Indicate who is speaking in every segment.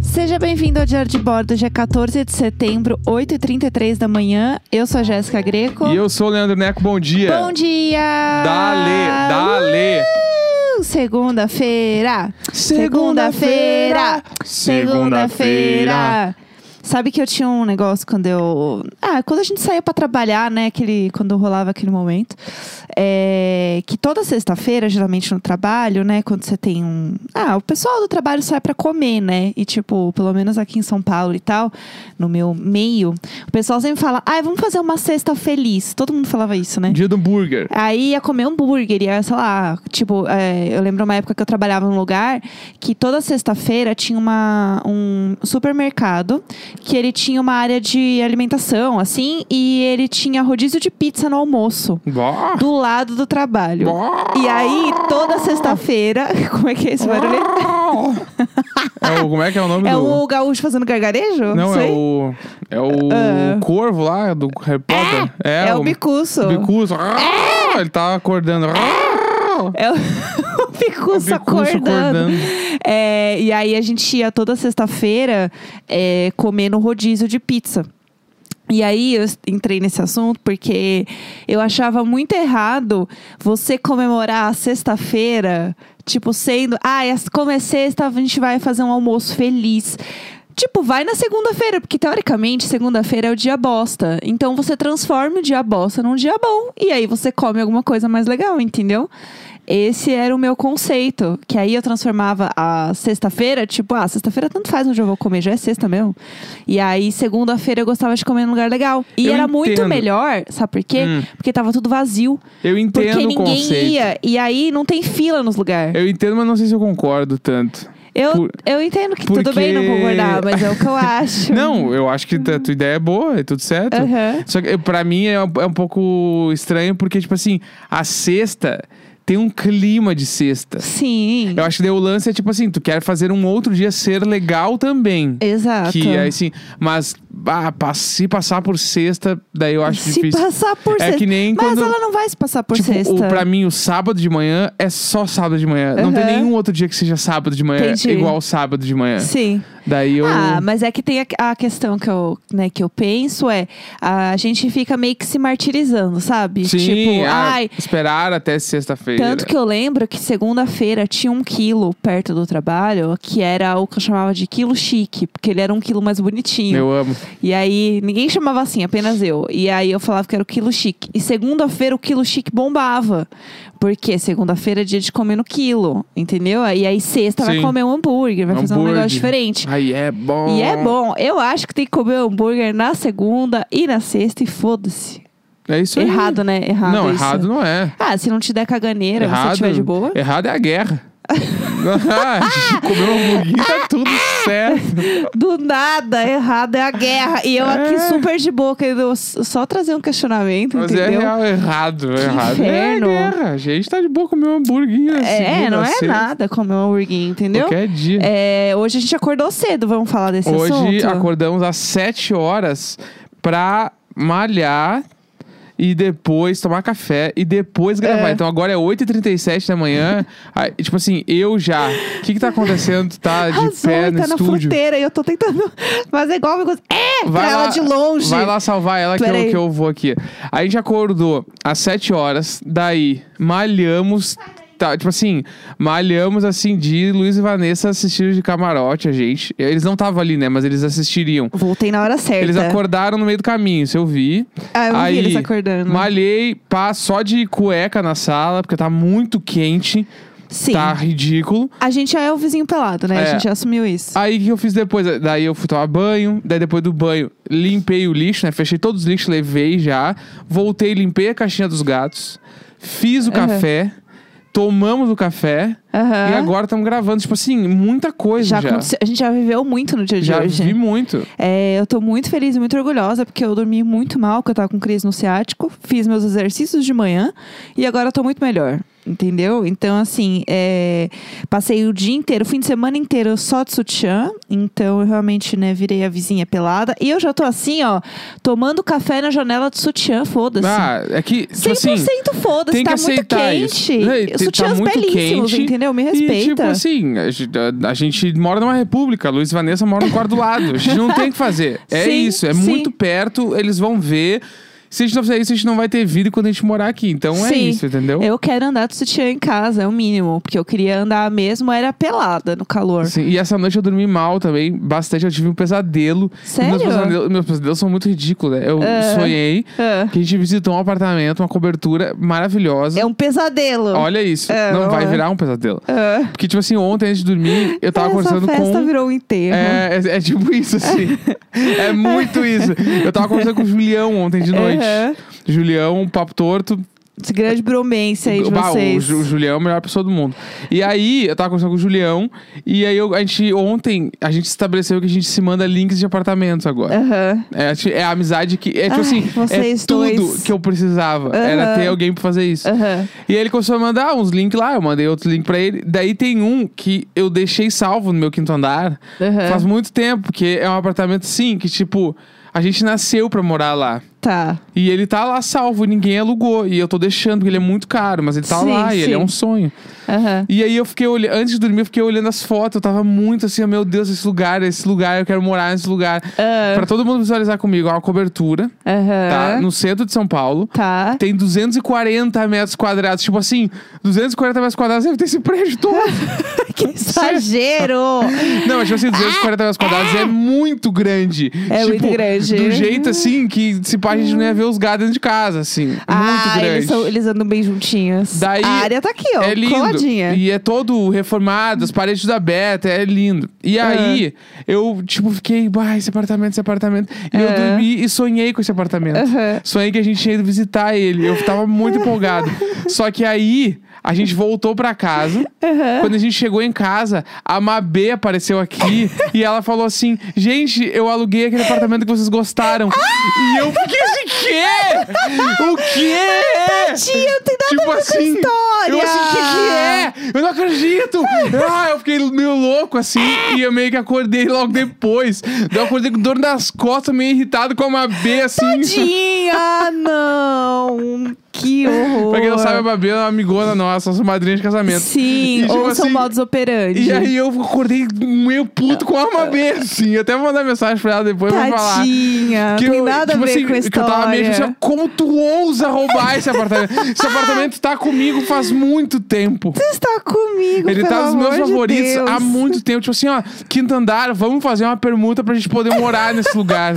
Speaker 1: Seja bem-vindo ao Diário de Bordo, dia 14 de setembro, 8h33 da manhã. Eu sou a Jéssica Greco.
Speaker 2: E eu sou o Leandro Neco, bom dia.
Speaker 1: Bom dia!
Speaker 2: Dale, dale.
Speaker 1: Uh, Segunda-feira!
Speaker 2: Segunda-feira. Segunda-feira.
Speaker 1: Sabe que eu tinha um negócio quando eu. Ah, quando a gente saía pra trabalhar, né? Aquele, quando rolava aquele momento. É, que toda sexta-feira, geralmente no trabalho, né? Quando você tem um. Ah, o pessoal do trabalho sai pra comer, né? E, tipo, pelo menos aqui em São Paulo e tal, no meu meio, o pessoal sempre fala: ah, vamos fazer uma sexta feliz. Todo mundo falava isso, né?
Speaker 2: Dia do hambúrguer.
Speaker 1: Aí ia comer hambúrguer, ia, sei lá, tipo, é, eu lembro uma época que eu trabalhava num lugar que toda sexta-feira tinha uma, um supermercado que ele tinha uma área de alimentação, assim, e ele tinha rodízio de pizza no almoço.
Speaker 2: Bah,
Speaker 1: Do lado do trabalho.
Speaker 2: bah.
Speaker 1: E aí, toda sexta-feira. Como é que é esse barulho?
Speaker 2: É o, como é que é o nome
Speaker 1: É
Speaker 2: do...
Speaker 1: o gaúcho fazendo gargarejo?
Speaker 2: Não, é
Speaker 1: Sei. Ah.
Speaker 2: o... É o corvo lá do Harry Potter.
Speaker 1: É, o bicuço.
Speaker 2: Bicuço. Ele tá acordando.
Speaker 1: É o, o
Speaker 2: bicuço
Speaker 1: Picuço acordando.
Speaker 2: acordando.
Speaker 1: É, e aí a gente ia toda sexta-feira é, comer no rodízio de pizza. E aí eu s- entrei nesse assunto porque eu achava muito errado você comemorar a sexta-feira, tipo, sendo, ah, é- como é sexta, a gente vai fazer um almoço feliz. Tipo, vai na segunda-feira, porque teoricamente segunda-feira é o dia bosta. Então você transforma o dia bosta num dia bom e aí você come alguma coisa mais legal, entendeu? Esse era o meu conceito, que aí eu transformava a sexta-feira, tipo, ah, sexta-feira tanto faz onde eu vou comer, já é sexta mesmo. E aí segunda-feira eu gostava de comer num lugar legal. E
Speaker 2: Eu
Speaker 1: era muito
Speaker 2: entendo.
Speaker 1: melhor, sabe por quê?
Speaker 2: Hum.
Speaker 1: Porque tava tudo vazio,
Speaker 2: Eu entendo
Speaker 1: porque
Speaker 2: o
Speaker 1: ninguém
Speaker 2: conceito.
Speaker 1: ia e aí não tem fila nos lugares.
Speaker 2: Eu entendo, mas não sei se eu concordo tanto.
Speaker 1: Eu,
Speaker 2: por-
Speaker 1: eu entendo que tudo
Speaker 2: porque-
Speaker 1: bem não concordar, mas é o que eu acho.
Speaker 2: Não, eu acho que a tua ideia é boa, é tudo certo.
Speaker 1: Aham.
Speaker 2: Só que eh, pra mim é um, é um pouco estranho, porque, tipo assim, a sexta tem um clima de sexta.
Speaker 1: Sim.
Speaker 2: Eu acho que daí o lance é tipo assim, tu quer fazer um outro dia ser legal também.
Speaker 1: Exato.
Speaker 2: Que é, aí sim, mas ah, pa- se passar por sexta, daí eu acho
Speaker 1: se
Speaker 2: difícil.
Speaker 1: passar por
Speaker 2: É
Speaker 1: sexta.
Speaker 2: que nem
Speaker 1: Mas
Speaker 2: quando-
Speaker 1: ela não vai se passar por
Speaker 2: Tipo,
Speaker 1: sexta.
Speaker 2: o, pra mim, o sábado de manhã é só sábado de manhã. Não tem
Speaker 1: Aham.
Speaker 2: nenhum outro dia que seja sábado de manhã
Speaker 1: Entendi.
Speaker 2: igual sábado de manhã.
Speaker 1: Sim.
Speaker 2: Daí eu.
Speaker 1: Ah, mas é que tem a, a questão que eu, né, que eu penso é a gente fica meio que se martirizando, sabe?
Speaker 2: Sim,
Speaker 1: tipo,
Speaker 2: ah,
Speaker 1: ai,
Speaker 2: esperar até sexta-feira.
Speaker 1: tanto que eu lembro que segunda-feira tinha um quilo perto do trabalho, que era o que eu chamava de quilo chique, porque ele era um quilo mais bonitinho.
Speaker 2: Eu amo.
Speaker 1: E aí, ninguém chamava assim, apenas eu. E aí eu falava que era o quilo chique. E segunda-feira o quilo chique bombava. Porque segunda-feira é dia de comer no quilo, entendeu? E aí sexta vai
Speaker 2: Sim.
Speaker 1: comer um hambúrguer, vai fazer um
Speaker 2: Hambúrguer.
Speaker 1: negócio diferente.
Speaker 2: Aí é bom.
Speaker 1: E é bom. Eu acho que tem que comer hambúrguer na segunda e na sexta e foda-se.
Speaker 2: É isso aí.
Speaker 1: Errado, né? Errado.
Speaker 2: Não,
Speaker 1: isso.
Speaker 2: errado não é.
Speaker 1: Ah, se não te der caganeira,
Speaker 2: errado,
Speaker 1: você tiver de boa.
Speaker 2: Errado é a guerra. Ah, Comer um hambúrguer tá tudo certo.
Speaker 1: Do nada, errado é a guerra. E eu aqui
Speaker 2: É.
Speaker 1: super de boa, querendo s- só trazer um questionamento,
Speaker 2: Mas é
Speaker 1: entendeu?
Speaker 2: real, errado.
Speaker 1: Que
Speaker 2: errado
Speaker 1: inferno.
Speaker 2: é a guerra. A gente tá de boa comer um hambúrguer. na
Speaker 1: É,
Speaker 2: segunda,
Speaker 1: não é
Speaker 2: sexta,
Speaker 1: nada comer um hambúrguer, entendeu?
Speaker 2: Qualquer dia. né?
Speaker 1: É, hoje a gente acordou cedo, vamos falar desse
Speaker 2: Hoje
Speaker 1: assunto?
Speaker 2: acordamos às 7 horas pra malhar e depois tomar café e depois gravar.
Speaker 1: É.
Speaker 2: Então agora é 8h37 da manhã. Aí, tipo assim, eu já. O que que tá acontecendo? Tu Tá de
Speaker 1: Arrasou,
Speaker 2: pé
Speaker 1: e
Speaker 2: no
Speaker 1: tá na
Speaker 2: estúdio.
Speaker 1: fruteira e eu tô tentando fazer igual. eu gosto- É,
Speaker 2: Vai
Speaker 1: pra ela
Speaker 2: lá-
Speaker 1: de longe.
Speaker 2: Vai lá salvar ela que
Speaker 1: Pera
Speaker 2: eu,
Speaker 1: aí.
Speaker 2: que eu vou aqui. A gente acordou às 7 horas, daí malhamos. Tá, tipo assim, malhamos assim de Luiz e Vanessa assistiram de camarote a gente. Eles não estavam ali, né? Mas eles assistiriam.
Speaker 1: Voltei na hora certa.
Speaker 2: Eles acordaram no meio do caminho, isso eu vi.
Speaker 1: Ah, eu
Speaker 2: Aí,
Speaker 1: vi eles acordando.
Speaker 2: Malhei, pá, só de cueca na sala, porque tá muito quente,
Speaker 1: Sim.
Speaker 2: tá ridículo.
Speaker 1: A gente já é o vizinho pelado, né?
Speaker 2: É.
Speaker 1: A gente já assumiu isso.
Speaker 2: Aí o que eu fiz depois? Daí eu fui tomar banho, daí depois do banho, limpei o lixo, né? Fechei todos os lixos, levei já. Voltei, limpei a caixinha dos gatos, fiz o
Speaker 1: Aham.
Speaker 2: café, tomamos o café
Speaker 1: Aham.
Speaker 2: Ah, e agora estamos gravando. Tipo assim, muita coisa já.
Speaker 1: já aconteceu- a gente já viveu muito no dia de
Speaker 2: Já
Speaker 1: hoje.
Speaker 2: vi muito.
Speaker 1: É, eu tô muito feliz e muito orgulhosa, porque eu dormi muito mal, porque eu tava com crise no ciático, fiz meus exercícios de manhã e agora eu tô muito melhor. Entendeu? Então, assim, é, passei o dia inteiro, o fim de semana inteiro só de sutiã. Então, eu realmente, né, virei a vizinha pelada. E eu já tô assim, ó, tomando café na janela de sutiã, foda-se.
Speaker 2: Ah, é que, tipo
Speaker 1: 100%
Speaker 2: assim,
Speaker 1: foda-se,
Speaker 2: tem que
Speaker 1: tá muito
Speaker 2: aceitar
Speaker 1: quente.
Speaker 2: isso. Né, tá
Speaker 1: Sutiãs
Speaker 2: muito
Speaker 1: belíssimos,
Speaker 2: quente.
Speaker 1: entendeu? Me
Speaker 2: E, tipo
Speaker 1: respeita.
Speaker 2: assim, a gente, a- a gente mora numa república, a Luiz e Vanessa moram no quarto do lado. A gente não tem o que fazer. É
Speaker 1: Sim,
Speaker 2: isso, é
Speaker 1: sim.
Speaker 2: muito perto, eles vão ver. Se a gente não fizer isso, a gente não vai ter vida quando a gente morar aqui. Então é
Speaker 1: Sim.
Speaker 2: isso, entendeu?
Speaker 1: Eu quero andar de sutiã em casa, é o mínimo. Porque eu queria andar mesmo, era pelada no calor.
Speaker 2: Sim, e essa noite eu dormi mal também, bastante. Eu tive um pesadelo.
Speaker 1: Sério?
Speaker 2: Meus pesadelos, meus pesadelos são muito ridículos, né? Eu sonhei
Speaker 1: Ah.
Speaker 2: que a gente visitou um apartamento, uma cobertura maravilhosa.
Speaker 1: É um pesadelo.
Speaker 2: Olha isso.
Speaker 1: É,
Speaker 2: não, vai
Speaker 1: olha.
Speaker 2: virar um pesadelo.
Speaker 1: Ah.
Speaker 2: Porque, tipo assim, ontem antes de dormir, eu tava
Speaker 1: Essa
Speaker 2: conversando
Speaker 1: festa
Speaker 2: com.
Speaker 1: virou um enterro.
Speaker 2: É, é- é tipo isso, assim. é muito isso. Eu tava conversando com o Julião ontem de noite.
Speaker 1: Aham.
Speaker 2: Julião, um papo torto.
Speaker 1: Esse grande bromense aí de
Speaker 2: Bah, o,
Speaker 1: vocês.
Speaker 2: Ju- o Julião é a melhor pessoa do mundo. E aí, eu tava conversando com o Julião. E aí, eu- a gente, ontem, a gente estabeleceu que a gente se manda links de apartamentos agora.
Speaker 1: Aham.
Speaker 2: É, a ti- é a amizade que. É tipo
Speaker 1: Ai,
Speaker 2: assim, é
Speaker 1: vocês
Speaker 2: tudo
Speaker 1: dois.
Speaker 2: que eu precisava. Era
Speaker 1: Aham.
Speaker 2: ter alguém pra fazer isso.
Speaker 1: Aham.
Speaker 2: E aí ele começou a mandar uns links lá, eu mandei outro link pra ele. Daí tem um que eu deixei salvo no meu quinto andar
Speaker 1: Aham.
Speaker 2: faz muito tempo, porque é um apartamento sim, que tipo, a gente nasceu pra morar lá.
Speaker 1: Tá.
Speaker 2: E ele tá lá salvo, ninguém alugou. E eu tô deixando, porque ele é muito caro, mas ele tá
Speaker 1: Sim,
Speaker 2: lá e ele
Speaker 1: sim.
Speaker 2: é um sonho.
Speaker 1: Aham.
Speaker 2: E aí eu fiquei olhando, antes de dormir, eu fiquei olhando as fotos. Eu tava muito assim, ó, meu Deus, esse lugar, esse lugar, eu quero morar nesse lugar.
Speaker 1: Ah.
Speaker 2: Pra todo mundo visualizar comigo, é uma cobertura, tá?
Speaker 1: Aham.
Speaker 2: No centro de São Paulo.
Speaker 1: Tá.
Speaker 2: Tem 240 metros quadrados. Tipo assim, 240 metros quadrados deve ter esse prédio todo.
Speaker 1: Que exagero!
Speaker 2: Não, mas tipo assim, 240 metros quadrados é muito grande.
Speaker 1: É
Speaker 2: Tipo,
Speaker 1: muito grande.
Speaker 2: Do jeito assim que se pá, a gente não ia ver os gatos dentro de casa, assim.
Speaker 1: ah,
Speaker 2: muito grande.
Speaker 1: eles, são, eles andam bem juntinhos.
Speaker 2: Daí-
Speaker 1: a área tá aqui, ó.
Speaker 2: é lindo.
Speaker 1: Coladinha.
Speaker 2: E é todo reformado, as paredes tudo abertas, é lindo. E aí, eu, tipo, fiquei, bah, esse apartamento, esse apartamento. E eu
Speaker 1: Aham.
Speaker 2: dormi e sonhei com esse apartamento.
Speaker 1: Aham.
Speaker 2: Sonhei que a gente tinha ido visitar ele. Eu tava muito empolgado. Só que aí, a gente voltou pra casa. Quando a gente chegou em casa, a Mabê apareceu aqui e ela falou assim: gente, eu aluguei aquele apartamento que vocês gostaram.
Speaker 1: Ah!
Speaker 2: E eu fiquei assim, quê? O quê?
Speaker 1: Tia, não tem nada a
Speaker 2: Tipo
Speaker 1: ver com a
Speaker 2: assim,
Speaker 1: história! É.
Speaker 2: eu assim, o que, que é? Eu não acredito! ah, eu fiquei meio louco assim e eu meio que acordei logo depois. Daí eu acordei com dor nas costas, meio irritado com a Mabê, assim.
Speaker 1: Tadinha! Ah, não! Que horror!
Speaker 2: Pra quem não sabe, a Mabê é uma amigona nossa, nossa madrinha de casamento.
Speaker 1: Sim,
Speaker 2: E, tipo
Speaker 1: ou são
Speaker 2: assim,
Speaker 1: modos operandi.
Speaker 2: E aí eu acordei meio puto com a Mabê, assim. Eu até vou mandar mensagem pra ela depois pra falar.
Speaker 1: Tadinha! Não tem
Speaker 2: eu,
Speaker 1: nada
Speaker 2: tipo
Speaker 1: a ver
Speaker 2: assim,
Speaker 1: com a
Speaker 2: que eu
Speaker 1: história.
Speaker 2: tava meio tipo assim, ó, como tu ousa roubar esse apartamento? esse apartamento tá comigo faz muito tempo.
Speaker 1: Você está comigo,
Speaker 2: Ele tá
Speaker 1: pelo
Speaker 2: nos
Speaker 1: amor
Speaker 2: meus
Speaker 1: de
Speaker 2: favoritos
Speaker 1: Deus.
Speaker 2: há muito tempo. Tipo assim, ó, quinto andar, vamos fazer uma permuta pra gente poder morar nesse lugar.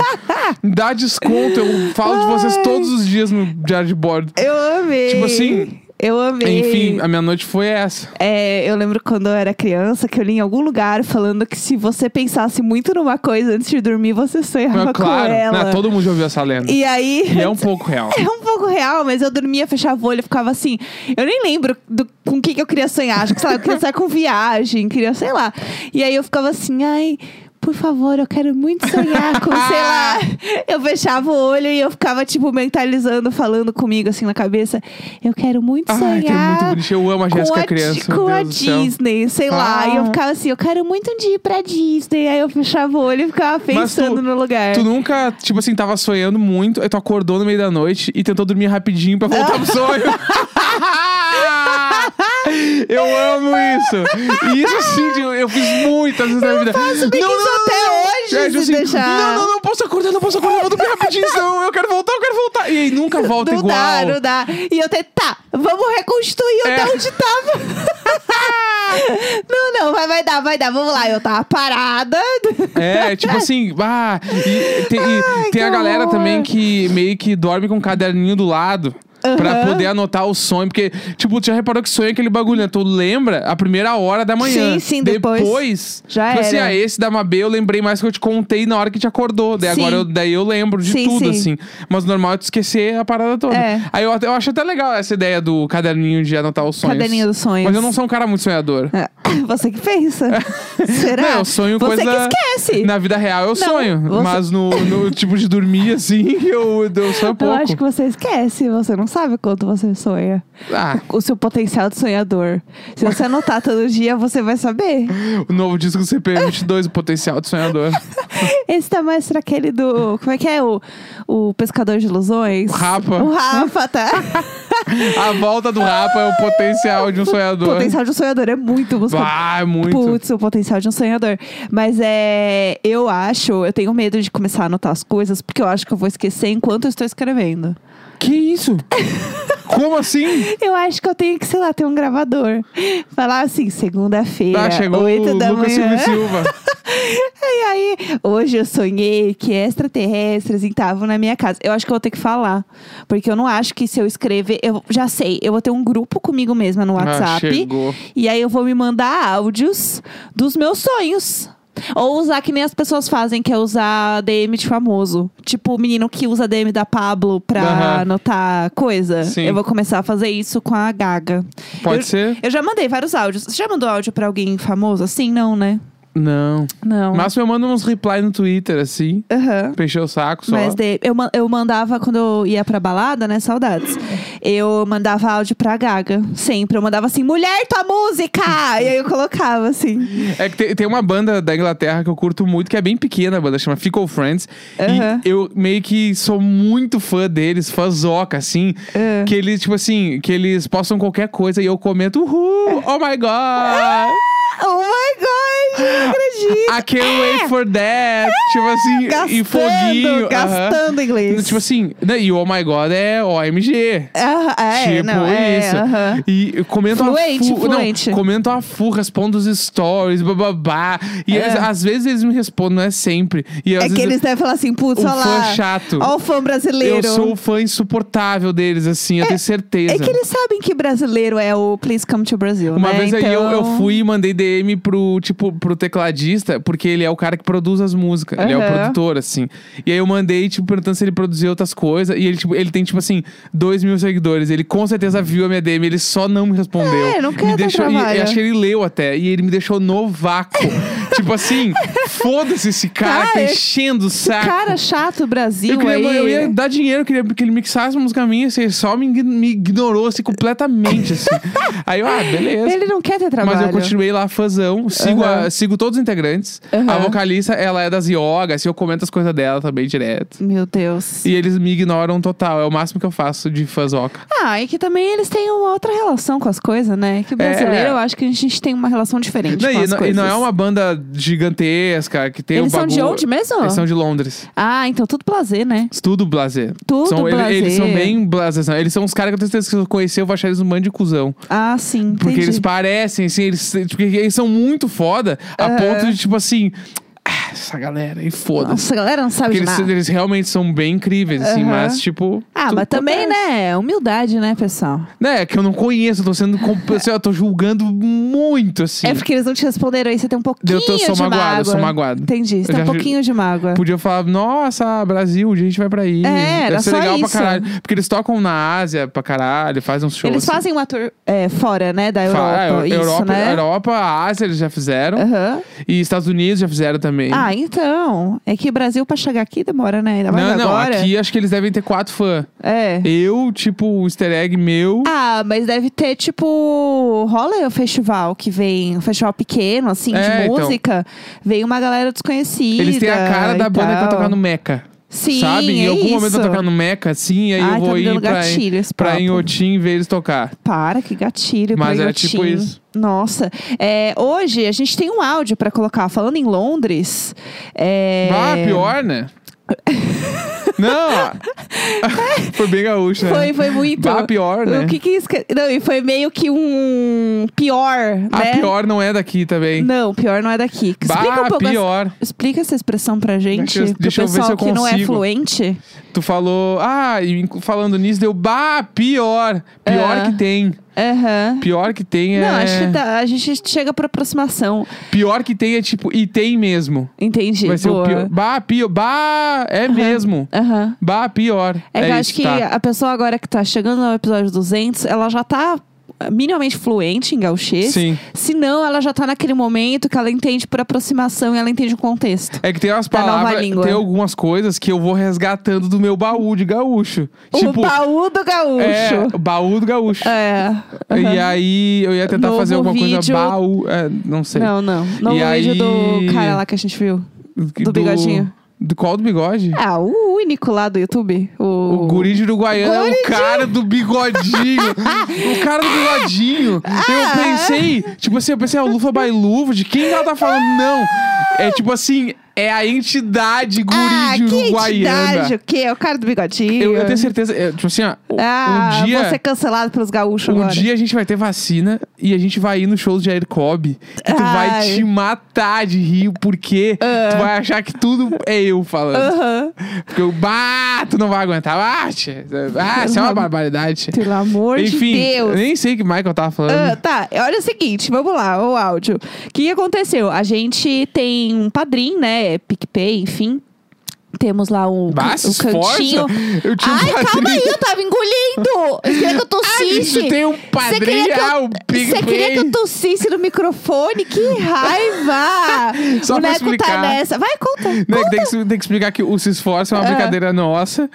Speaker 2: Dá desconto, eu falo de vocês
Speaker 1: Ai.
Speaker 2: todos os dias no diário de bordo.
Speaker 1: Eu amei.
Speaker 2: Tipo assim,
Speaker 1: Eu amei.
Speaker 2: Enfim, a minha noite foi essa.
Speaker 1: É, eu lembro quando eu era criança que eu li em algum lugar falando que se você pensasse muito numa coisa antes de dormir, você sonhava
Speaker 2: Mas, claro,
Speaker 1: com ela.
Speaker 2: né, todo mundo já ouviu essa lenda.
Speaker 1: E aí.
Speaker 2: E é um pouco real.
Speaker 1: É um pouco real, mas eu dormia, fechava o olho, ficava assim. Eu nem lembro do, com o que, que eu queria sonhar. Acho que, sei lá, eu queria sonhar com viagem, queria, sei lá. E aí eu ficava assim, ai. Por favor, eu quero muito sonhar com, sei lá. Eu fechava o olho e eu ficava, tipo, mentalizando, falando comigo, assim, na cabeça. Eu quero muito
Speaker 2: Ai,
Speaker 1: sonhar.
Speaker 2: que é muito bonitinho. Eu amo a Jéssica
Speaker 1: Di-
Speaker 2: criança, meu
Speaker 1: Com a
Speaker 2: Deus do céu.
Speaker 1: Disney, sei lá. E
Speaker 2: Ah.
Speaker 1: eu ficava assim, eu quero muito um dia ir pra Disney. Aí eu fechava o olho e ficava
Speaker 2: Mas tu-
Speaker 1: pensando no lugar.
Speaker 2: Tu nunca, tipo assim, tava sonhando muito, aí tu acordou no meio da noite e tentou dormir rapidinho pra voltar pro sonho. eu amo isso. E isso assim, tipo, eu fiz muitas vezes na vida.
Speaker 1: faço bem isso até hoje,
Speaker 2: É, tipo
Speaker 1: se deixar.
Speaker 2: Não, não, não posso acordar, não posso acordar, vou dormir rapidinho, senão eu quero voltar, eu quero voltar. E aí nunca volta
Speaker 1: não
Speaker 2: igual.
Speaker 1: dá, não dá. E eu tentei, tá, vamos reconstruir
Speaker 2: É.
Speaker 1: até onde tava. não, não, vai, vai dar, vai dar, vamos lá. Eu tava parada.
Speaker 2: É, tipo assim, ah, e tem, e
Speaker 1: Ai,
Speaker 2: tem a
Speaker 1: que
Speaker 2: galera
Speaker 1: horror.
Speaker 2: também que meio que dorme com um caderninho do lado. Pra
Speaker 1: Aham.
Speaker 2: poder anotar o sonho. Porque, tipo, tu já reparou que sonho é aquele bagulho, né? Tu lembra a primeira hora da manhã.
Speaker 1: Sim, sim, depois.
Speaker 2: Depois,
Speaker 1: Já
Speaker 2: tipo assim,
Speaker 1: era.
Speaker 2: ah, esse da Mabê eu lembrei mais que eu te contei na hora que te acordou. Daí
Speaker 1: Sim.
Speaker 2: agora eu, daí eu lembro de
Speaker 1: Sim,
Speaker 2: tudo,
Speaker 1: sim.
Speaker 2: assim. Mas o normal é tu esquecer a parada toda.
Speaker 1: É.
Speaker 2: Aí eu, até- eu acho até legal essa ideia do caderninho de anotar os sonhos.
Speaker 1: Caderninho dos sonhos.
Speaker 2: Mas eu não sou um cara muito sonhador.
Speaker 1: Ah, Você que pensa. Será?
Speaker 2: Não, eu sonho
Speaker 1: Você
Speaker 2: coisa.
Speaker 1: que esquece.
Speaker 2: Na vida real eu sonho.
Speaker 1: você-
Speaker 2: Mas no, no tipo de dormir assim, eu, eu sonho
Speaker 1: Eu
Speaker 2: pouco.
Speaker 1: acho que você esquece, você não sabe quanto você sonha.
Speaker 2: Ah,
Speaker 1: O seu potencial de sonhador. Se você anotar todo dia, você vai saber.
Speaker 2: o novo disco do CP22, o potencial de sonhador.
Speaker 1: Esse tá mais pra aquele do. Como é que é? O, o pescador de ilusões?
Speaker 2: O Rafa.
Speaker 1: O Rafa, tá?
Speaker 2: A volta do Rafa é o potencial de um sonhador.
Speaker 1: O potencial de um sonhador é muito música.
Speaker 2: Ah, é muito.
Speaker 1: Putz, o potencial de um sonhador. Mas é. Eu acho, eu tenho medo de começar a anotar as coisas, porque eu acho que eu vou esquecer enquanto eu estou escrevendo.
Speaker 2: Que isso? Como assim?
Speaker 1: Eu acho que eu tenho que, sei lá, ter um gravador. Falar assim, segunda-feira,
Speaker 2: Ah, chegou
Speaker 1: oito
Speaker 2: o
Speaker 1: da
Speaker 2: Lucas
Speaker 1: manhã.
Speaker 2: Silva Silva.
Speaker 1: E aí, hoje eu sonhei que extraterrestres estavam na minha casa. Eu acho que eu vou ter que falar. Porque eu não acho que se eu escrever. Eu já sei, eu vou ter um grupo comigo mesma no WhatsApp.
Speaker 2: Ah, chegou.
Speaker 1: e aí eu vou me mandar áudios dos meus sonhos. Ou usar que nem as pessoas fazem, que é usar DM de famoso. Tipo o menino que usa DM da Pablo pra
Speaker 2: Aham.
Speaker 1: anotar coisa.
Speaker 2: Sim.
Speaker 1: Eu vou começar a fazer isso com a Gaga.
Speaker 2: Pode
Speaker 1: Eu-
Speaker 2: ser?
Speaker 1: Eu já mandei vários áudios. Você já mandou áudio pra alguém famoso assim? Não, né?
Speaker 2: Não.
Speaker 1: Não.
Speaker 2: Máximo eu mando uns reply no Twitter, assim.
Speaker 1: Aham.
Speaker 2: pra encher o saco só.
Speaker 1: É. Mas de- eu, ma- eu mandava quando eu ia pra balada, né? Saudades. Eu mandava áudio pra Gaga. Sempre. Eu mandava assim, mulher, tua música! E aí eu colocava assim.
Speaker 2: É que tem, tem uma banda da Inglaterra que eu curto muito, que é bem pequena a banda, chama Fickle Friends.
Speaker 1: Aham.
Speaker 2: E eu meio que sou muito fã deles, fãzoca, assim.
Speaker 1: É.
Speaker 2: Que eles, tipo assim, que eles postam qualquer coisa e eu comento, uhul, oh my god,
Speaker 1: Oh my god, eu não acredito!
Speaker 2: I can't wait for that. Tipo assim, e foguinho.
Speaker 1: É. Gastando,
Speaker 2: aham.
Speaker 1: gastando inglês.
Speaker 2: Tipo assim, né, e o oh my god é OMG.
Speaker 1: Ah, é,
Speaker 2: tipo
Speaker 1: não, é,
Speaker 2: isso.
Speaker 1: aham.
Speaker 2: E comenta
Speaker 1: Fluente,
Speaker 2: a fu...
Speaker 1: fluente.
Speaker 2: Não, comenta a fu, respondo os stories, bababá. E
Speaker 1: É.
Speaker 2: eles- às vezes eles me respondem, não é sempre. E às
Speaker 1: É que
Speaker 2: vezes
Speaker 1: eles devem falar assim, putz,
Speaker 2: O
Speaker 1: olha
Speaker 2: fã
Speaker 1: lá.
Speaker 2: chato.
Speaker 1: Ó o fã brasileiro.
Speaker 2: eu sou o fã insuportável deles, assim, eu tenho certeza.
Speaker 1: É que eles sabem que brasileiro é o Please Come to Brazil,
Speaker 2: Uma
Speaker 1: né?
Speaker 2: vez aí eu, eu
Speaker 1: Então-
Speaker 2: fui e mandei DM pro, tipo, pro tecladista, porque ele é o cara que produz as músicas. Ele é o
Speaker 1: Aham.
Speaker 2: produtor, assim. E aí eu mandei, tipo, perguntando se ele produziu outras coisas. E ele, tipo, ele tem, tipo assim, dois mil seguidores. Ele com certeza viu a minha DM, ele só não me respondeu.
Speaker 1: É, não quer
Speaker 2: me
Speaker 1: dar
Speaker 2: deixou, e-
Speaker 1: trabalho.
Speaker 2: e acho que ele leu até. E ele me deixou no vácuo. tipo assim, foda-se esse cara, que tá
Speaker 1: Cara,
Speaker 2: enchendo o saco.
Speaker 1: Cara chato Brasil
Speaker 2: tá? Eu, queria,
Speaker 1: aí.
Speaker 2: eu ia dar dinheiro, eu queria que ele mixasse uma música minha, assim, ele só me, ign- me ignorou assim, completamente. Assim. Aí eu, ah, beleza.
Speaker 1: Ele não quer ter trabalho.
Speaker 2: Mas eu continuei lá fãzão, sigo, a-
Speaker 1: Aham.
Speaker 2: sigo todos os integrantes.
Speaker 1: Aham.
Speaker 2: A vocalista, ela é das yoga, assim, eu comento as coisas dela também direto.
Speaker 1: Meu Deus.
Speaker 2: E eles me ignoram total, é o máximo que eu faço de fãzoca.
Speaker 1: Ah, e que também eles têm uma outra relação com as coisas, né? Que o brasileiro,
Speaker 2: É.
Speaker 1: eu acho que a gente tem uma relação diferente
Speaker 2: Não,
Speaker 1: com
Speaker 2: e,
Speaker 1: as
Speaker 2: não, e
Speaker 1: coisas.
Speaker 2: não é uma banda gigantesca que tem
Speaker 1: Eles
Speaker 2: o
Speaker 1: são
Speaker 2: bagulho.
Speaker 1: de onde mesmo?
Speaker 2: Eles são de Londres.
Speaker 1: Ah, então tudo prazer, né?
Speaker 2: Tudo blazer.
Speaker 1: Tudo
Speaker 2: são, ele-
Speaker 1: blazer.
Speaker 2: Eles são bem blazer. são- Eles são uns caras que eu tenho certeza que se eu conhecer, eu vou achar eles um bando de cuzão.
Speaker 1: Ah, sim, entendi.
Speaker 2: Porque eles parecem, assim, eles, porque eles são muito foda, a ponto de, tipo assim, "Ah, essa galera, e foda-se.
Speaker 1: Nossa, a galera não sabe
Speaker 2: Porque
Speaker 1: de
Speaker 2: eles,
Speaker 1: nada.
Speaker 2: eles realmente são bem incríveis, assim,
Speaker 1: Aham.
Speaker 2: mas, tipo.
Speaker 1: Ah,
Speaker 2: tudo
Speaker 1: mas também, né? Humildade, né, pessoal?
Speaker 2: Né, é que eu não conheço, eu tô sendo. comp- assim, eu tô julgando muito, assim.
Speaker 1: É porque eles não te responderam aí, você tem um pouquinho
Speaker 2: Eu tô- sou
Speaker 1: de
Speaker 2: magoado,
Speaker 1: mágoa.
Speaker 2: eu sou magoado.
Speaker 1: Entendi, você
Speaker 2: Eu
Speaker 1: tem um
Speaker 2: já-
Speaker 1: pouquinho de mágoa.
Speaker 2: Podia falar, nossa, Brasil, a gente vai pra aí.
Speaker 1: É, era
Speaker 2: Deve ser
Speaker 1: só
Speaker 2: legal
Speaker 1: isso.
Speaker 2: pra caralho. Porque eles tocam na Ásia pra caralho, fazem uns shows.
Speaker 1: Eles
Speaker 2: assim.
Speaker 1: fazem uma tour é, fora, né, da Europa.
Speaker 2: Fa- é,
Speaker 1: isso,
Speaker 2: Europa,
Speaker 1: né?
Speaker 2: Europa, a Ásia eles já fizeram.
Speaker 1: Aham.
Speaker 2: E Estados Unidos já fizeram também.
Speaker 1: Ah, então. É que o Brasil, pra chegar aqui, demora, né? Ainda mais
Speaker 2: não, não,
Speaker 1: agora.
Speaker 2: aqui acho que eles devem ter quatro fãs.
Speaker 1: É.
Speaker 2: Eu, tipo, um easter egg meu.
Speaker 1: Ah, mas deve ter, tipo, rola o festival que vem, um festival pequeno, assim,
Speaker 2: É,
Speaker 1: de
Speaker 2: então.
Speaker 1: música. Vem uma galera desconhecida.
Speaker 2: eles têm a cara da
Speaker 1: e
Speaker 2: banda que tá vai
Speaker 1: tal.
Speaker 2: tocar no Meca.
Speaker 1: Sim,
Speaker 2: sabe? em
Speaker 1: é
Speaker 2: algum
Speaker 1: isso.
Speaker 2: momento eu vou tocar no Meca, assim, aí
Speaker 1: Ai,
Speaker 2: eu
Speaker 1: tá
Speaker 2: vou
Speaker 1: me
Speaker 2: ir
Speaker 1: dando
Speaker 2: pra,
Speaker 1: gatilho esse
Speaker 2: pra
Speaker 1: papo.
Speaker 2: Inhotim ver eles tocar.
Speaker 1: Para, que gatilho.
Speaker 2: Mas
Speaker 1: pra
Speaker 2: era
Speaker 1: Inhotim.
Speaker 2: tipo isso.
Speaker 1: Nossa. É, hoje a gente tem um áudio pra colocar. Falando em Londres. É...
Speaker 2: Ah, pior, né? Não! foi bem gaúcho, né?
Speaker 1: Foi, foi muito.
Speaker 2: Bah, pior, né?
Speaker 1: O que que isso... que- Não, e foi meio que um pior,
Speaker 2: A
Speaker 1: né?
Speaker 2: pior não é daqui também.
Speaker 1: Não, pior não é daqui. Explica um
Speaker 2: bah,
Speaker 1: pouco essa-
Speaker 2: pior.
Speaker 1: Explica essa expressão pra gente,
Speaker 2: Deixa eu- deixa
Speaker 1: pro
Speaker 2: eu ver
Speaker 1: pessoal
Speaker 2: se eu
Speaker 1: que não é
Speaker 2: consigo.
Speaker 1: fluente.
Speaker 2: Tu falou, ah, e inclu- falando nisso, deu, bah, pior. Pior
Speaker 1: É.
Speaker 2: que tem.
Speaker 1: Aham.
Speaker 2: Pior que tem é.
Speaker 1: Não, acho que tá- a gente chega pra aproximação.
Speaker 2: Pior que tem é tipo, e tem mesmo.
Speaker 1: Entendi.
Speaker 2: Vai ser
Speaker 1: boa.
Speaker 2: o pior. Bah, pior. Bah, é mesmo.
Speaker 1: Aham.
Speaker 2: Bah, pior.
Speaker 1: É, que eu acho
Speaker 2: isso,
Speaker 1: que
Speaker 2: tá.
Speaker 1: a pessoa agora que tá chegando no episódio 200, ela já tá minimamente fluente em gauchês.
Speaker 2: Sim.
Speaker 1: Senão ela já tá naquele momento que ela entende por aproximação e ela entende o contexto.
Speaker 2: É que tem umas
Speaker 1: Da nova
Speaker 2: palavras,
Speaker 1: língua.
Speaker 2: tem algumas coisas que eu vou resgatando do meu baú de gaúcho. tipo,
Speaker 1: o baú do gaúcho.
Speaker 2: é, baú do gaúcho.
Speaker 1: É.
Speaker 2: E aí eu ia tentar
Speaker 1: Novo
Speaker 2: fazer alguma coisa
Speaker 1: vídeo.
Speaker 2: baú, é, não sei.
Speaker 1: Não, não. Novo
Speaker 2: E
Speaker 1: vídeo
Speaker 2: aí-
Speaker 1: do cara lá que a gente viu.
Speaker 2: do
Speaker 1: bigodinho.
Speaker 2: Do qual do bigode?
Speaker 1: Ah, o único lá do YouTube. O,
Speaker 2: O guri de Uruguaiana é o
Speaker 1: Guri de-
Speaker 2: cara do bigodinho. o cara do bigodinho.
Speaker 1: Ah.
Speaker 2: Eu pensei, tipo assim, eu pensei, a Lufa by Luva, de quem ela tá falando? Não. É tipo assim, é a entidade guri
Speaker 1: Ah,
Speaker 2: de
Speaker 1: que
Speaker 2: Uruguaiana.
Speaker 1: entidade, o quê? É O cara do bigodinho.
Speaker 2: Eu, eu tenho certeza, é, tipo assim, ó, o-
Speaker 1: Ah,
Speaker 2: um dia.
Speaker 1: vou ser cancelado pelos gaúchos
Speaker 2: Um
Speaker 1: agora.
Speaker 2: dia a gente vai ter vacina e a gente vai ir no show do Jair Cobb. E tu vai
Speaker 1: Ai. Ah.
Speaker 2: te matar de rir, porque tu vai achar que tudo é eu falando.
Speaker 1: Aham.
Speaker 2: Porque eu bato, não vai aguentar. Bate. Ah, isso é uma barbaridade. tia.
Speaker 1: Pelo amor
Speaker 2: Enfim,
Speaker 1: de Deus.
Speaker 2: nem sei o que Michael tava
Speaker 1: Ah,
Speaker 2: falando.
Speaker 1: tá, olha o seguinte, vamos lá, o áudio. O que aconteceu? A gente tem um padrinho, né? PicPay, enfim. Temos lá um,
Speaker 2: Bah,
Speaker 1: can-
Speaker 2: se
Speaker 1: um
Speaker 2: esforça.
Speaker 1: cantinho.
Speaker 2: Eu tinha um
Speaker 1: Ai, calma
Speaker 2: padrinho.
Speaker 1: aí, eu tava engolindo! Você queria que eu tossisse?
Speaker 2: bicho, tem um
Speaker 1: Você queria que
Speaker 2: padrinho,
Speaker 1: eu-
Speaker 2: ah, o
Speaker 1: Você queria
Speaker 2: PicPay.
Speaker 1: que eu tossisse no microfone? Que raiva!
Speaker 2: Só
Speaker 1: o
Speaker 2: pra
Speaker 1: Neco tá
Speaker 2: explicar.
Speaker 1: nessa. Vai, conta.
Speaker 2: Não, é que
Speaker 1: conta. Ah.
Speaker 2: tem, que, tem que explicar que o Se Esforça é uma
Speaker 1: Aham.
Speaker 2: brincadeira nossa.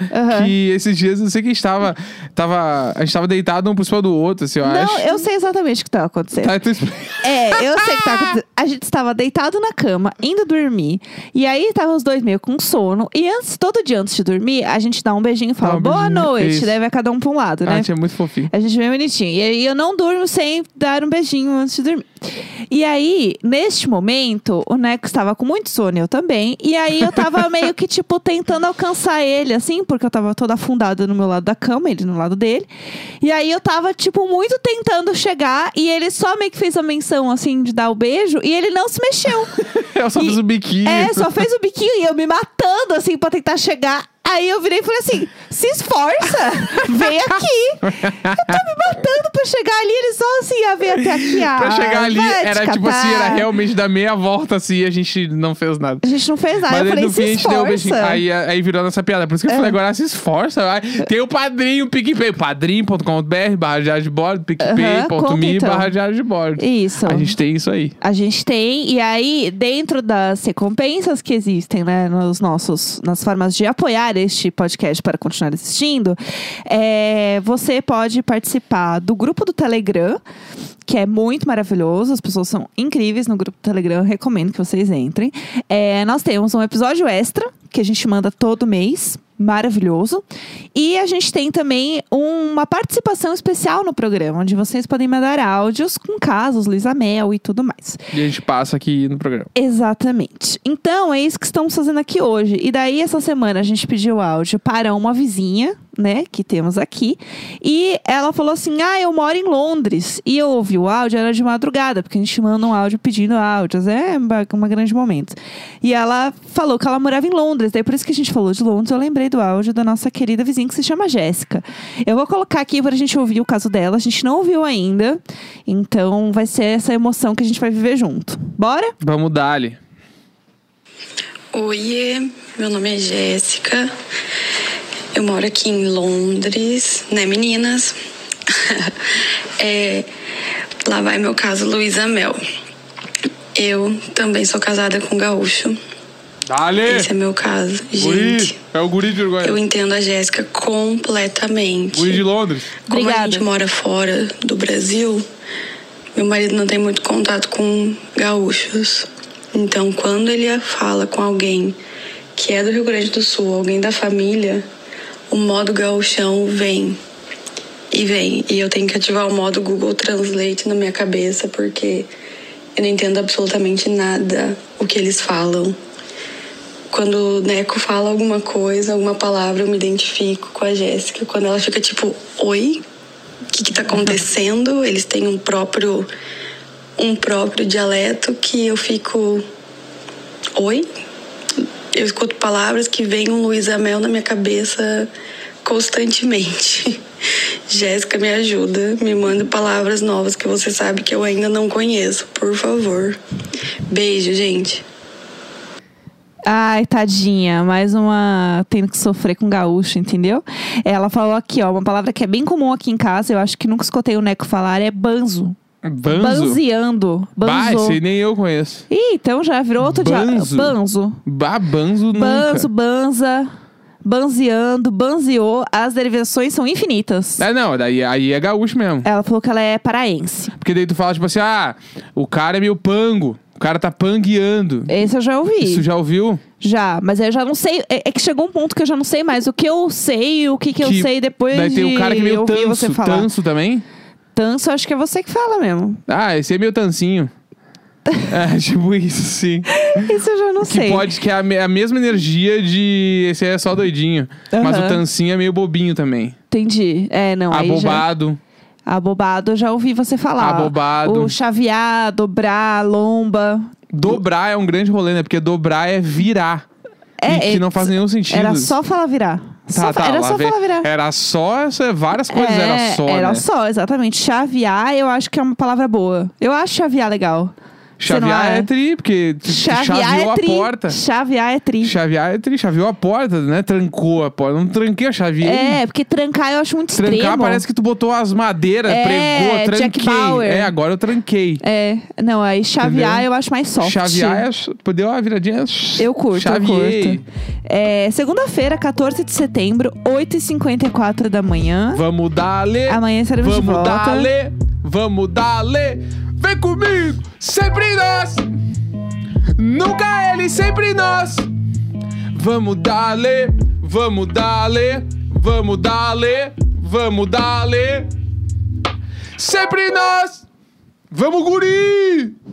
Speaker 2: Que esses dias, não sei que a gente tava, tava. A gente tava deitado um por cima do outro, assim, eu
Speaker 1: Não, é
Speaker 2: acho.
Speaker 1: eu sei exatamente o que tá acontecendo.
Speaker 2: Tá, tu explica.
Speaker 1: É, eu sei que tá acontecendo. A gente estava deitado na cama, indo dormir. E aí estavam os dois meio com sono. E antes, todo dia antes de dormir, a gente dá um beijinho e fala,
Speaker 2: Dá um
Speaker 1: boa
Speaker 2: beijinho,
Speaker 1: noite.
Speaker 2: isso.
Speaker 1: Daí vai cada um pra um lado,
Speaker 2: Ah,
Speaker 1: né?
Speaker 2: tinha muito fofinho.
Speaker 1: A gente é bem bonitinho. E aí eu não durmo sem dar um beijinho antes de dormir. E aí, neste momento, o Neco estava com muito sono, eu também. E aí eu tava meio que, tipo, tentando alcançar ele, assim, porque eu tava toda afundada no meu lado da cama, ele no lado dele. E aí eu tava, tipo, muito tentando chegar. E ele só meio que fez a menção, assim, de dar o beijo. E ele não se mexeu.
Speaker 2: Eu só
Speaker 1: E-
Speaker 2: fiz o biquinho.
Speaker 1: É, só fez o biquinho e eu me matando, assim, pra tentar chegar. Aí eu virei e falei assim: se esforça, vem aqui. Eu tô me matando pra chegar ali, ele só assim, a ver até aqui. Ah,
Speaker 2: Pra chegar ali,
Speaker 1: vai te
Speaker 2: era tipo
Speaker 1: catar.
Speaker 2: assim, era realmente dar meia volta assim e a gente não fez nada.
Speaker 1: A gente não fez nada. Tá, eu
Speaker 2: aí
Speaker 1: falei:
Speaker 2: no
Speaker 1: se
Speaker 2: fim a gente deu um beijinho.
Speaker 1: esforça.
Speaker 2: Aí, aí virou a nossa piada. Por isso que eu falei, agora se esforça. vai. Tem o padrinho, o PicPay. Padrim.com.br, barra diário de bordo,
Speaker 1: conta,
Speaker 2: picpay.me,
Speaker 1: então.
Speaker 2: barra diário de bordo.
Speaker 1: Isso.
Speaker 2: A gente tem isso aí.
Speaker 1: A gente tem, e aí, dentro das recompensas que existem, né, nos nossos, nas formas de apoiar este podcast para continuar existindo, é, você pode participar do grupo do Telegram, que é muito maravilhoso, as pessoas são incríveis no grupo do Telegram, eu recomendo que vocês entrem. É, nós temos um episódio extra, que a gente manda todo mês. Maravilhoso. E a gente tem também uma participação especial no programa, onde vocês podem mandar áudios com casos, Luísa Mel e tudo mais.
Speaker 2: E a gente passa aqui no programa.
Speaker 1: Exatamente. Então, é isso que estamos fazendo aqui hoje. E daí, essa semana, a gente pediu áudio para uma vizinha, né, que temos aqui. E ela falou assim: Ah, eu moro em Londres. E eu ouvi o áudio, era de madrugada, porque a gente manda um áudio pedindo áudios. É uma- um grande momento. E ela falou que ela morava em Londres. Daí, por isso que a gente falou de Londres, eu lembrei do áudio da nossa querida vizinha que se chama Jéssica. Eu vou colocar aqui para a gente ouvir o caso dela. A gente não ouviu ainda. Então, vai ser essa emoção que a gente vai viver junto. Bora?
Speaker 2: Vamos dali.
Speaker 3: Oiê, meu nome é Jéssica. Eu moro aqui em Londres, né, meninas? É, lá vai meu caso, Luísa Mel. Eu também sou casada com gaúcho.
Speaker 2: Dali!
Speaker 3: Esse é meu caso.
Speaker 2: Guri!
Speaker 3: Gente,
Speaker 2: É o guri de Uruguai.
Speaker 3: eu entendo a Jéssica completamente.
Speaker 2: Guri de Londres.
Speaker 3: Como
Speaker 1: Obrigada.
Speaker 3: a gente mora fora do Brasil, meu marido não tem muito contato com gaúchos. Então, quando ele fala com alguém que é do Rio Grande do Sul, alguém da família, o modo gaúchão vem. E vem. E eu tenho que ativar o modo Google Translate na minha cabeça, porque eu não entendo absolutamente nada o que eles falam. Quando o Neco fala alguma coisa, alguma palavra, eu me identifico com a Jéssica. Quando ela fica tipo, oi, o que, que tá acontecendo? Eles têm um próprio, um próprio dialeto que eu fico, oi? Eu escuto palavras que vem um Luiz Amel na minha cabeça constantemente. Jéssica, me ajuda, me manda palavras novas que você sabe que eu ainda não conheço, por favor. Beijo, gente.
Speaker 1: Ai, tadinha, mais uma tendo que sofrer com gaúcho, entendeu? Ela falou aqui, ó, uma palavra que é bem comum aqui em casa, eu acho que nunca escutei o Neco falar, é banzo.
Speaker 2: Banzo?
Speaker 1: Banzeando.
Speaker 2: Bah,
Speaker 1: Banzou.
Speaker 2: esse aí nem eu conheço.
Speaker 1: Ih, então já virou outro
Speaker 2: Banzo?
Speaker 1: dia. Banzo.
Speaker 2: Bah, banzo nunca.
Speaker 1: Banzo, banza, banzeando, banzeou. As derivações são infinitas.
Speaker 2: Ah, não, daí aí é gaúcho mesmo.
Speaker 1: Ela falou que ela é paraense.
Speaker 2: Porque daí tu fala, tipo assim, ah, o cara é meio pango. O cara tá pangueando.
Speaker 1: Esse eu já ouvi.
Speaker 2: Isso
Speaker 1: já...
Speaker 2: já ouviu?
Speaker 1: mas eu já não sei. É, é que chegou um ponto que eu já não sei mais o que eu sei, o que, que, eu
Speaker 2: Que-
Speaker 1: sei depois
Speaker 2: Daí
Speaker 1: de
Speaker 2: tem o cara que é meio
Speaker 1: ouvir
Speaker 2: tanso.
Speaker 1: você falar.
Speaker 2: Tanso também?
Speaker 1: Tanso, acho que é você que fala mesmo.
Speaker 2: Ah, esse é meio tancinho. é, tipo isso, sim.
Speaker 1: Isso eu já não
Speaker 2: Que
Speaker 1: sei.
Speaker 2: pode, que é a, me- a mesma energia de. Esse aí é só doidinho. Mas o
Speaker 1: Aham.
Speaker 2: tancinho é meio bobinho também.
Speaker 1: Entendi. É, não. aí já...
Speaker 2: Abobado.
Speaker 1: Abobado, eu já ouvi você falar.
Speaker 2: Abobado.
Speaker 1: O chavear, dobrar, lomba.
Speaker 2: Dobrar é um grande rolê, né? Porque dobrar é virar.
Speaker 1: É,
Speaker 2: e que
Speaker 1: é-
Speaker 2: não faz nenhum sentido.
Speaker 1: Era só falar virar.
Speaker 2: Tá,
Speaker 1: Só fa-
Speaker 2: tá,
Speaker 1: era
Speaker 2: lá
Speaker 1: só
Speaker 2: vem-
Speaker 1: falar virar.
Speaker 2: Era só, essa- várias coisas, era
Speaker 1: É,
Speaker 2: só,
Speaker 1: Era
Speaker 2: né?
Speaker 1: só, exatamente. Chavear, eu acho que é uma palavra boa. Eu acho chavear legal. Você não
Speaker 2: Chavear
Speaker 1: acha?
Speaker 2: é tri, porque tu- tu
Speaker 1: Chavear
Speaker 2: chaveou
Speaker 1: é tri.
Speaker 2: a porta.
Speaker 1: Chavear é tri.
Speaker 2: Chavear é tri, chaveou a porta, né? Trancou a porta. Não tranquei a chavinha.
Speaker 1: É, porque trancar eu acho muito
Speaker 2: Trancar
Speaker 1: extremo.
Speaker 2: parece que tu botou as madeiras,
Speaker 1: É,
Speaker 2: pregou, tranquei.
Speaker 1: Jack Bauer.
Speaker 2: É, agora eu tranquei.
Speaker 1: É, não, aí chavear
Speaker 2: Entendeu?
Speaker 1: eu acho mais soft.
Speaker 2: Chavear é. Deu uma viradinha.
Speaker 1: Eu curto,
Speaker 2: Chaviei.
Speaker 1: eu curto. É, Segunda-feira, 14 de setembro, 8h54 da manhã.
Speaker 2: Vamos dale.
Speaker 1: Amanhã estaremos de
Speaker 2: Vamos
Speaker 1: volta.
Speaker 2: dale. Vamos dale. Vem comigo, sempre nós. Nunca ele, sempre nós. Vamos dale. Vamos dale. Vamos dale. Vamos dale. Sempre nós. Vamos guri.